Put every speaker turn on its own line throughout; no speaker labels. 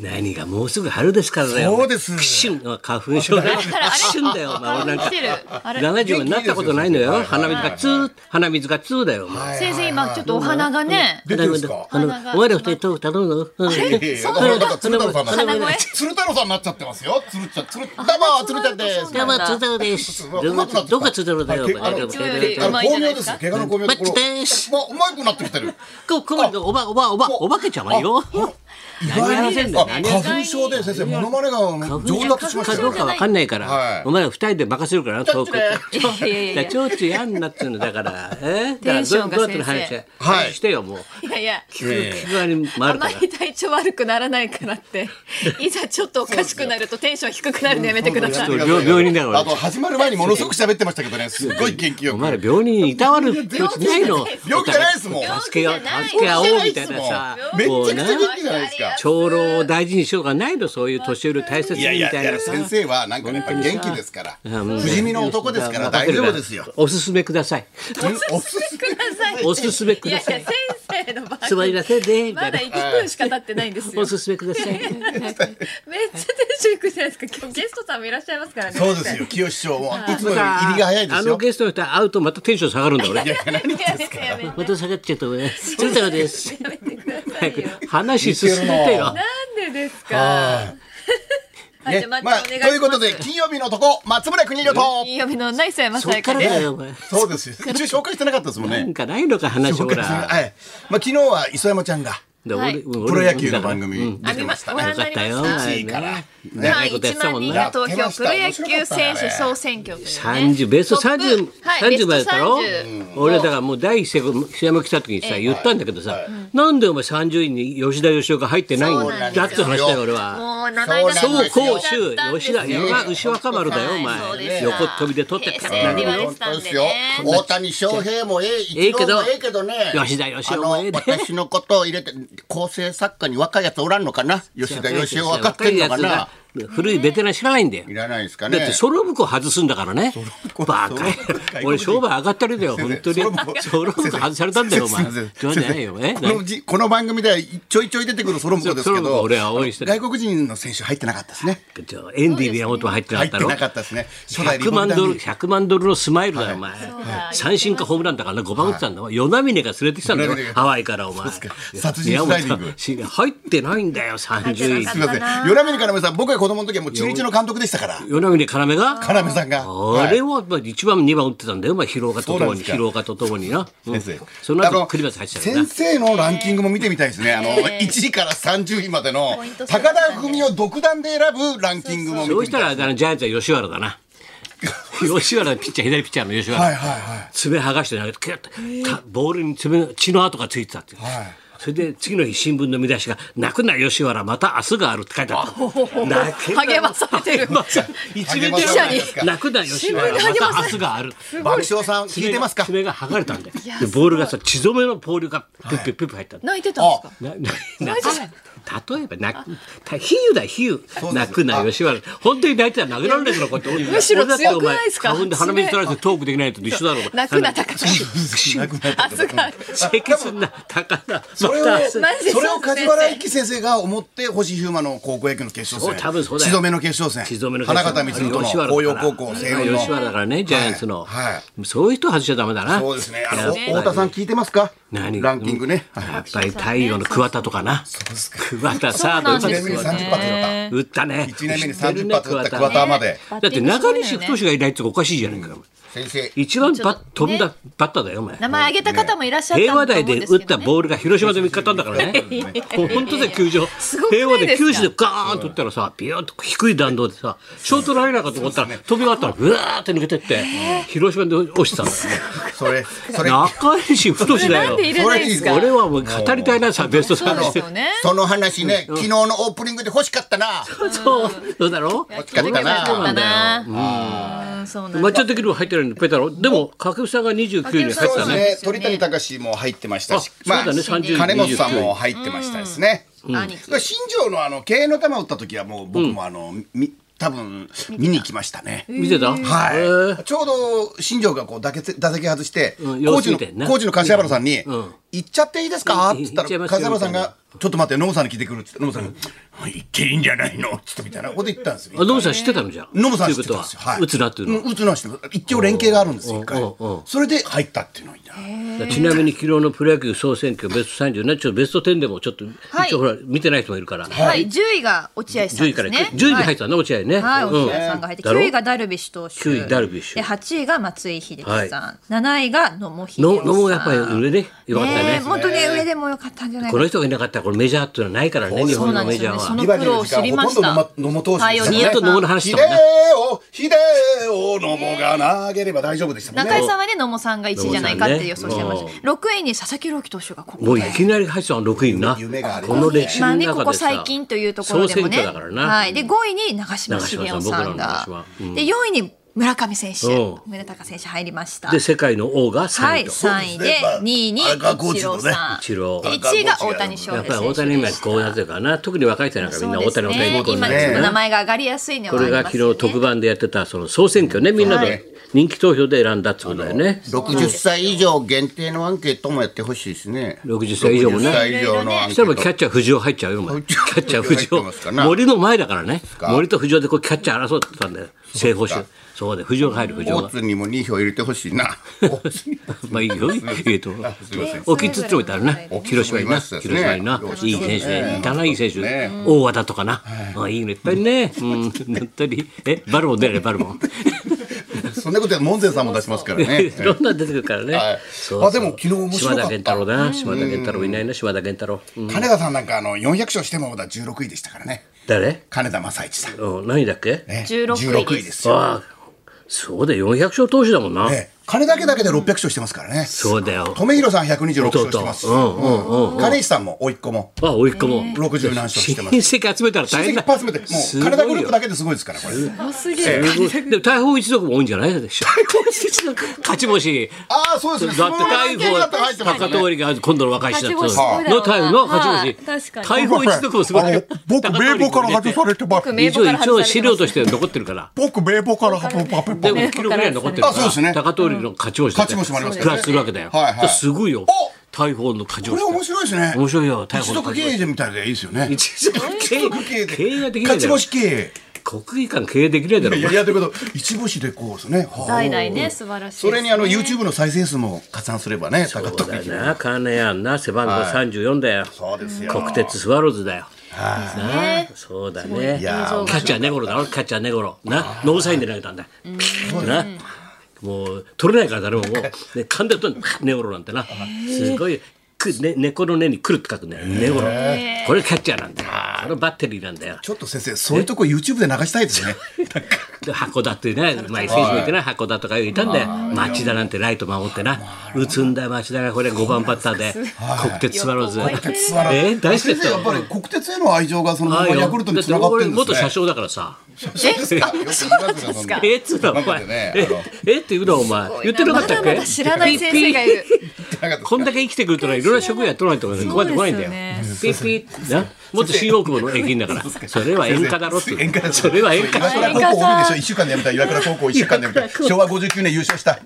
何がもうすぐ春ですからだよ。
そうです
クッシュン、あ花粉症だよ。クッシュンだよ。お前俺なん
来
か
てる。あれ
70になったことないのよ。
元気ですよ
鼻水がツー、鼻水がツーだよ。お前
先生今ちょっとお花がね。
出てるんですか
あの
鼻が、
お前ら二人と頼むの。うん
いやいやそうなんだ。鶴太郎さんに
鼻
なっち
声
ゃう。鶴太郎さんになっちゃってますよ。鶴ちゃん、鶴、どうも、鶴ちゃんです。
どうも、つーたろです。どうも、どこがつーたろだよ。お前
あの
どこが
いつもよ
あ
り
の
上手
巧
いんじゃな
妙
い
で
です
す
待
怪我の巧妙なところ。
か。
ってです
ま、うまくなってきてる。
ここまでおば、おば、おば、おばけちゃまよ。何やらせんだ
あ
よ。何やらせんだよ
花粉症で先生、モノマネが上達しまし
か
た
どう
よ。
かわかんないから、
はい
お前ら二人でバカするからな、トーク。
いやいやいや
だからちょっとやんなっつうのだから、えだから
テンションが
どうやっての
先
話
生
はい
してよ、もう。
いやいや。
聞く聞く側に回
あ
るか
ま
ら。
り体調悪くならないか らって、いざちょっとおかしくなるとテンション低くなるのやめてください。
そう病病人だから
あと始まる前にものすごく喋ってましたけどね、すっごい元気よ
お
く。
前ら病人にいたわる気持ちないの。
病気じゃないですもん。め
助けよう、助け合おうみたいなさ。もう
ちゃく
な
ちゃ、元気じゃないですか。
長老を大事にしようがないの、そういう年寄りを大切に
い
み
やいや、
た
い
い
や
なさ。
先生はなんかやっぱり元気ですから。
うん
不死身の男ですから大丈夫ですよ。
おすすめください。
おすすめ
ください。
おすすめく
い
だ
やい
さ
や
い。
先生の場
座りな
合。
さいね、みた
ま
いな
だ。1分しか経ってないんですよ。
おすすめくださ い。
めっちゃテンション低くじゃないですか。今日ゲストさんもいらっしゃいますからね。
そうですよ、清志師匠もいつもより入りが早いで
あ
す
の
よ。
ゲストの人会うとまたテンション下がるんだ俺。
いや。やめてやめて
また下がっちゃった俺。鶴太郎です。
やめてくださいよ。
話進めてよ。
なんでですか。はいじゃあまたお
まあ、
願い
と
します。
いうことで、金曜日のとこ、松村邦洋と。
金曜日のナイス山
そっ
さ
から
から。
だよお前。
そうですよ。一応紹介してなかったですもん
な
ね
ん。かないのか話
紹
ほ
介する。
ら。
はい。まあ、昨日は磯山ちゃんが、
で
はい
俺
プロ野球の番。
俺
組出てました
あ見
ね
よ。かったよ。
ご覧になり
お
ました
前
いいから
ね
はい、
いいことやっ
1
てたも
万
ん
人
な
が。投票プロ野球選手総選挙というね。
三十ベスト三
トッ
十
プはい
三十までだろ
ベスト30。
俺だからもう第一戦石山来た時にさ言ったんだけどさ、なんでお前三十位に吉田義雄が入ってないん
そうなん
だ
ですよ
って話だよ俺は。
もう七位だ
そう
走
走
攻
攻
守吉田今牛若丸だよお
はいそう
前
です
横っ飛びで取って
平成で言われ
よ
てたんで
よ
ね。
大谷翔平もええ、一郎もええけどね。
吉田義
あ
雄もえ
の
え、で
私のことを入れて、構成作家に若いやつおらんのかな吉田義雄分かってんのかな
古いベテラン知らないんだよ
いらないですか
だっ
ね
て。ソロブコ外すんだからね
コ
バカ
ソロブコ
俺商売上がったりだよ本当に
ソロブコ
ソロブコ外されたんだよお前
先
冗談じゃないよえ
生この じこの番組ではちょいちょい出てくるソロムコです
ソロ
け
ブコ
ど、
俺は応援してる
外国人の選手入ってなかったですね。
ちょエンディ宮本も入ってなか
入
っ
って
た
な
ろ
かったですね。初代リ
100
ボ
万
ンダ
ドル
リー
100万ドルのスマイルだよお前
はい
三振かホームランだからね5番打ってたんだよ与那嶺が連れてきたんだよ
与那嶺が
ハワイからお前
そうですか殺人スライディング
宮本は入ってないんだよ30位
すみません。与那嶺要さん、僕が子供の時はもう中日の監督でしたから。
与那嶺要が
要さんが。
あれ
を。
はまあ一番二番打ってたんだよ、まあ、広岡とと
そうな
も
ん
に
ですか
広岡とともにな、うん
先生
その
あ
後栗林入ってたから
先
な
生のランキングも見てみたいですね。あの1位から30位までの
ポイント制
高田文雄独断で選ぶランキングも見て
そう
み
したた
い。
らあのジャイアンツは吉原だ な吉原ピッチャー左ピッチャーの吉原、
はいはいはい。
爪剥がして投げてキュッとたボールに爪の血の跡がついてたっていう、
はい
それで次の日新聞の見出しが「泣くな吉原また明日がある」って書いてあった泣け
励まされて る。
一面で
記者に
泣くな吉原また明日がある」
爆笑さん聞いてますか
爪が剥がれたんだよでボールがさ血染めのボールがピュッピュッピュッピュッ入ったんだ
泣いてたんですか。
ななな例えばなた比喩だ比喩泣くな吉原本当に泣いてたら殴られるからこうやって
むしろ強くないですか
俺だってお前花粉で鼻水取られてトークできないのと一緒だろうが
泣くな高田。あすが。
清潔な高田
それを、
また
そ
マジでそう
れを梶原一騎先生が思って星飛雄馬の高校野球の決勝
そう多分そうだ
戦、血
よ
染めの決勝戦、
血染めの
花形光との紅葉高校
西
西雲の
吉原だからねジャイアンツの、
はいは
そういう人外しちゃダメだな
そうですね。あ
やっ
の、
ぱり
太田さん聞いてますかラ
何
ンキングね。はい
やっぱり太陽の桑田とかな
そうですか。
桑田サード打
1
つ
年目に30発打
打
っ
ったね
た。1年目に
知ってる
30
ね
発打った桑田まで。
だって中西太志がいないっておかしいじゃないか、
先生、
一番バ
ちょっと
飛んだ
ね
バッターだよお前
名前挙げた方もいらっしゃった
平和
んだ
台
と思うん
で
です
打っ
けど
た
ね。
ボールが広島で見っかったんだから ね本当だよ球場
ごくない
平和
ですか
台球種でガーンと打ったらさビューンと低い弾道でさショートライナーかと思ったら飛び終わったらうわーって抜けてって広島で落ちてたんだ
それ、それ、
中西太
それ
だ
なん
よ
で入れないんですか。
俺はもう語りたいなさベスト
そうで
3
すよね。
その話ね、昨日のオープニングで欲しかったな。
そうそうだろ
欲しかったな。
そうなんだよ
な。うん、そうなんだ。
抹茶的にも入ってないのペタロでも掛布さんが29に入って
そ
た
うです
ね
ね。鳥谷隆も入ってましたし、
あそうだね30
金本さんも入ってましたですね。
兄貴。
新庄のあの経営の球を打った時はもう僕もあの、み多分見に行きましたね。
見てたへー
はい、ちょうど新庄がこう打席打席外して、
うん
コー
様子
チ
見
の
てんな
コーチの柏原さんに、
うん
行っちゃっていいですか?」って言っ
行っちゃい
た
ま
ら
すよ
柏原さんが「ちょっと待って、ノブさんに来てくるっつって、ノブさんが、行っていいんじゃないのっつってみたいなこと言ったんですよ。
あノブさん知ってたのじゃん。
ノブさん
と
知
いう
って
こと
たん
は
ですよ。はい。
うつらっていうのは。
うつらは知ってます一応連携があるんですよ、一回
おうおう。
それで入ったっていうのにな。
ちなみに昨日のプロ野球総選挙ベスト30ね、ちょっとベスト10でもちょっと、
はい
一応ほら見てない人もいるから、
はい、10位が落合さん
10位
で
か
す
ら
ね。
10位に入ったの、落合ね。
はい、はい、
うん
落合さんが入って、
だろ
9位がダルビッシュ投手。
9位ダルビッシュ
で、8位が松井秀喜さん、
はい
7位が野茂英
の
雄さん。
のもやっぱり上ね、よかった
ねえ
ね。
本当に上でもよかったんじゃない
こ
か
の
な。
人がいなかったらこれメジャーっていうのはないからね、日
そう
本
な
のメ
んです
ジャ
よ
ャー
ね。そ
は。
の苦労を知りまし
リバ
た
テ。ィの時間ほとんど野茂野茂投手ですよね
パイオニ
ず
ア
っと野茂の話し
秀
たもんね。
夫、秀夫、ノブがなければ大丈夫でしたもんね。
中井さんはね、野茂さんが1位じゃないかって予想してました。
野茂さ
6位に佐々木朗希投手がここ
もうい
で。
きなり入ってたの6位にな。
夢があり
こ
ま
の
すね
歴史
ま
の
あ
中で
ね、
さ。
ここ最近というところでも
総
ね。
選挙だからな。
はい。で、5位に長嶋茂雄さん
長嶋さん
が
僕らの。長嶋うん
で、4位に村上選手
うん、
宗隆選手入りました。
で世界の王が
は
3位
い、
と。
3位
そうで
で
ね
す
まあ
2位にイ
荒川コー
チ
チ
ロ
の
ー
ね
さん、
イチロー
で1位が大谷翔
やっぱ
平
り大
選手
谷今
で
こうなってるからな特に若い人なんかみんな大
そう
谷
で
大
す
谷
ね
大谷
今
大
ちょっと
谷
名
ね
前が上がりやすいの
こ
はあ
れ
り
が
ま
昨
すよ
日
ね
特番でやってたその総選挙ねみんな
は
で
い
人気投票で選んだってことだよね
60歳以上限定のアンケートもやってほしいですね。
60歳以上もね
60歳以上のアン
そした
ケ
らもう
ー
キャ
ト。
ッチャー藤尾入っちゃうよお前キ
藤
ャ
尾
ッチャー藤
入ってますかな
尾森の前だからね
か
森と藤尾でこうキャッチャー争ってたんだよ正方針そうで藤尾が入る藤尾
大
が
津にも2票入れてほしいな。 大津に
まあいいよえ えと
すいません。
沖つっておいたらな
沖
広島にな
そうですね
広島にな
そうです
い
ね
い選手
ね
いたないい選手
ね
大和田とかなあいいのいっぱいねうん本当にえバルボン出れバル ボン
そんなことは門前さんも出しますからね。
いろんなの出てくるからね
はい
そうそう
あでも昨日面白かっ
島
た
田健太郎な島田健太郎いないな島田健太郎うん
金田さんなんかあの400勝してもまだ16位でしたからね。
誰
金田正一さん。
うん何だっけ
ね
16位です
位ですよ。
ああそうだ400勝投手だもんな
ええ金だけだけで600勝してますからね。
そうだよ
留広さん126勝してますし。
弟うんうんうん
うん金石さんも甥っ子も
あおいっ子も
60何
親
勝してます。
戚集めたら
親
大
戚
変
い
だ
っぱい集めて、も
す
う
ごいよ
金田グループだけですごいですから、これ。
すげえ
でも大砲一族も多いんじゃないでしょ勝ち星
ああ、そうですね。
だって大
相撲の関係が入って
砲
ます
高
ね
通りが今度の若い人だ
勝ち
そう
星
の大砲の勝ち
はい確か
星
に
大砲一族もすごいよ
僕、名簿から外されてます。
名
一
簿
応
から
一
外
応
さ
資
れてま
料
す
として残ってるから
僕、名簿から外され
で
て
も記録には残ってるから
あそうですね
高通りの勝ち星だって
勝ち星もありますね
プラスするわけだよ
はいはい
すごいよ
お
大砲の勝ち
これ
星
面白いですね。
面白いよ大砲
一
の
族
勝ち
経
星
営みたいでいいですよね。
一族経営経営ができないだ
勝ち
ろ
星経
国技館経営できないだろ
営。いやいや、ということ、一星でこうですね。はあ
代々ね素晴らしいです
そ
ね
れにあの YouTube の再生数も加算すればね、高
そう
飛
だ
び。
よな金谷な背番号34だよ、
そうですよ。
国鉄スワローズだよ
は
なあそうだね
い
キ
や
ャ
ー
ッチャー根頃だろキャッチャー根頃なノーサインで投げたんだピーッなもう取れないから誰ももう、ね、噛んでると根頃なんてなすごいく、ね、猫の根に来るって書くんだよ根頃これキャッチャーなんだよこれバッテリーなんだよ
いちょっと先生、そういうとこ YouTube で流したいですね。
で函館ね、うまい選手もいてな、函館とかいたんで、町田なんてライト守ってな、打つんだ町田がこれ5番バッターで、国鉄スワローズ。
素晴らしい
えー大好きだ
先
っ
生
た
やっぱり国鉄への愛情がそのままヤクルトに
だって
繋がって
俺
るんです
元
ね。
車掌だからさ。
え、あ、そうなんですか
えっつうのお
なん
前
か。ね
ええっていうのお前。言ってなかったっ
まだま
け
だ知らない先生がいる
こんだけ生きてくるとね、いろんな職業やっておらないとね、こうやって来ないんだよ
そうで。
ピッピッな。もっと新大久保の駅員だから。 それは演歌だろっていう。
演歌だろ
それは演歌
岩
だ
倉
ろ。
高校多いでしょ一週間でやめた岩倉高校一週間でやめた昭和59年優勝した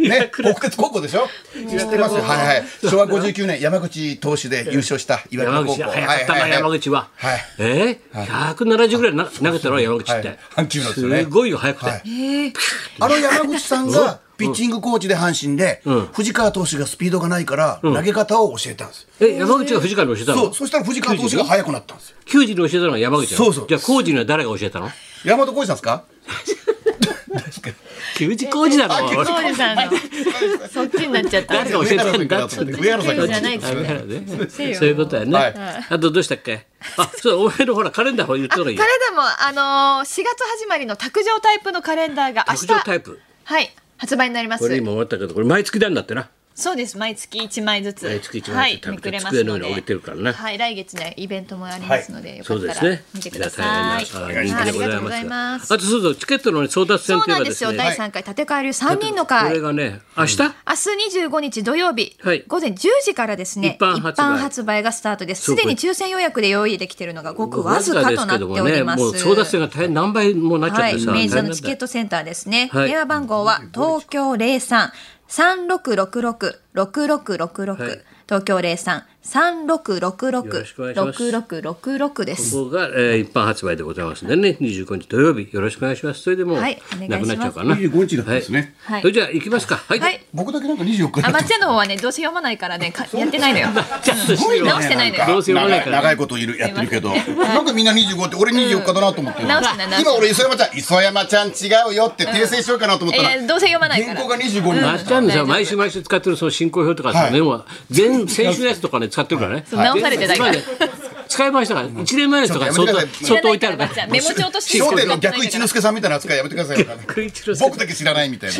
ね国鉄高校でしょ知ってますよはいはい昭和59年山口投手で優勝した岩倉
山
高
口、
校
早かったな、
はいはい
山
はい
口は。
はい
えー ?170 ぐらいな投げたろ、山口っ
は
て
い。阪急なんですよね
すごいよ、早くて。
はいあの山口さんがピッチングコーチで阪神で藤川投手がスピードがないから投げ方を教えたんです
え、山口が藤川に教えた
そ
の
うそしたら藤川投手が速くなったんですよ
球児に教えたのが山口なの
そうそう
じゃあ、工事には誰が教えたの
山本浩二さんですか
球児工事だろ。
そうですあのそっちになっち ゃった
誰が教えたんだっつって。
上原さん
そう
が
じゃない
あれだよね
せよ
そういうことやね。
はい
あとどうしたっけ。あ、そう、お前のほら、カレンダーを言ったのがいい
カ。レンダーもあのー、4月始まりの卓上タイプのカレンダーが明日
卓上タイプ
はい発売になります
これ今思ったけど、これ毎月なんだってな。
そうです毎月1枚ずつ
毎月一
は
枚
い
ずつ食べ
め
て
くれます
机の上
の
に
で
置いてるからね
はい来月ねイベントもありますので、よか
そう
っ
で
た
すね
ら見て。く
じゃ
だ
あ
さ
大
い
変なあ
はい
人気でござ
ありがと
いう
ござい
ま
ますす
が。あとそうそう、チケットのね争奪戦
そ
というの
うなん
は
で
ですす
よ
ね。
第3回立川流3人の
これ
会
がね、明日。
明日25日土曜日、
はい
午前10時からですね
一般発売
発売がスタートです
そう
すでに抽選予約で用意できているのがごくわずかとなっております
もう争奪戦が大変何倍もなっちゃ
は
っ
い
てさ。、
明治座
大変なんだ
の
よ
チケットセンターですね。
はい
電話番号は東京03三六六六六六六
はい
六東京03三六六六
よろしくお願いします
六六六六です。
ここが、えー一般発売でございますんでね、25日土曜日、よろしくお願いします。それでもう、
はいお願い
なく
します
なっちゃうかな。
25日だったんですね
は。
はいい
それじゃあ、行きますか。はい。
はい。
僕だけなんか24日
あ、
にな
ま
っ
っちゃんの方はね、どうせ読まないからね、かやってないのよ。
ちゃんとしてるわ
直してないの
た
よ。
どうせ読まないか
長い
ら
長いこといるやってるけど、なんかみんな25って俺24日だなと思ってる、
直してない直してない
今俺磯山ちゃん磯山ちゃん違うよって訂正しようかなと思ったら、
えーどうせ読まないから
原稿が25にな
まっ
っ
ち
た、
ゃんのさ
大丈夫
毎週毎週使ってるその進行表とかさ、
はい
メモは全先週のやつとかね使ってるからね、
そう直されてないから
全部使い使いましたから1年前のやつとか
ちょっ
相当
とや
相当置
めてください
いてあるか
まっちゃ
ら
んメモ帳として
焦点の逆一之輔さんみたいな扱いやめてください よ僕だけ知らないみたい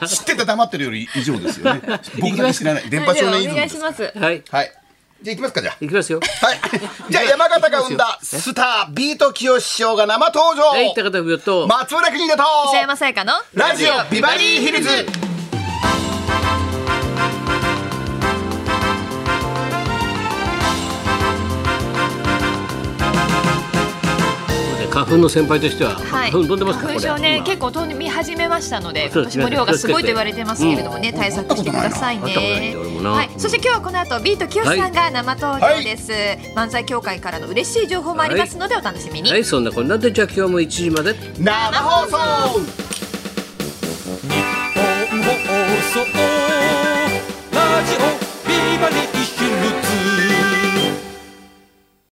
な知ってた黙ってるより以上ですよね僕だけ知らない電波少年イズ
お
ム
願
で
いし
す
ます。
はい
はいじゃあ行きますかじゃあ
いきますよ
はい。じゃあ山形が生んだスタービート清志師匠が生登場。
はい高田文夫と
松村邦人と
磯山さやかの
ラジオビバリーヒルズ。
花粉の先輩としては、
は
花
い、
粉飛んでますか
花粉
こ
症
れ
ね
今
結構飛び始めましたので
そう
今
です
年
ね
も量がすごいと言われてますけれどもね、対策してください
会ったことないん
ね
だ俺もな
はい、そして今日はこの後ビートきよしさんが生登場です、漫才協会からの嬉しい情報もありますのでお楽しみに、
はいそんなこんなでじゃあ今日も1時まで
生放送。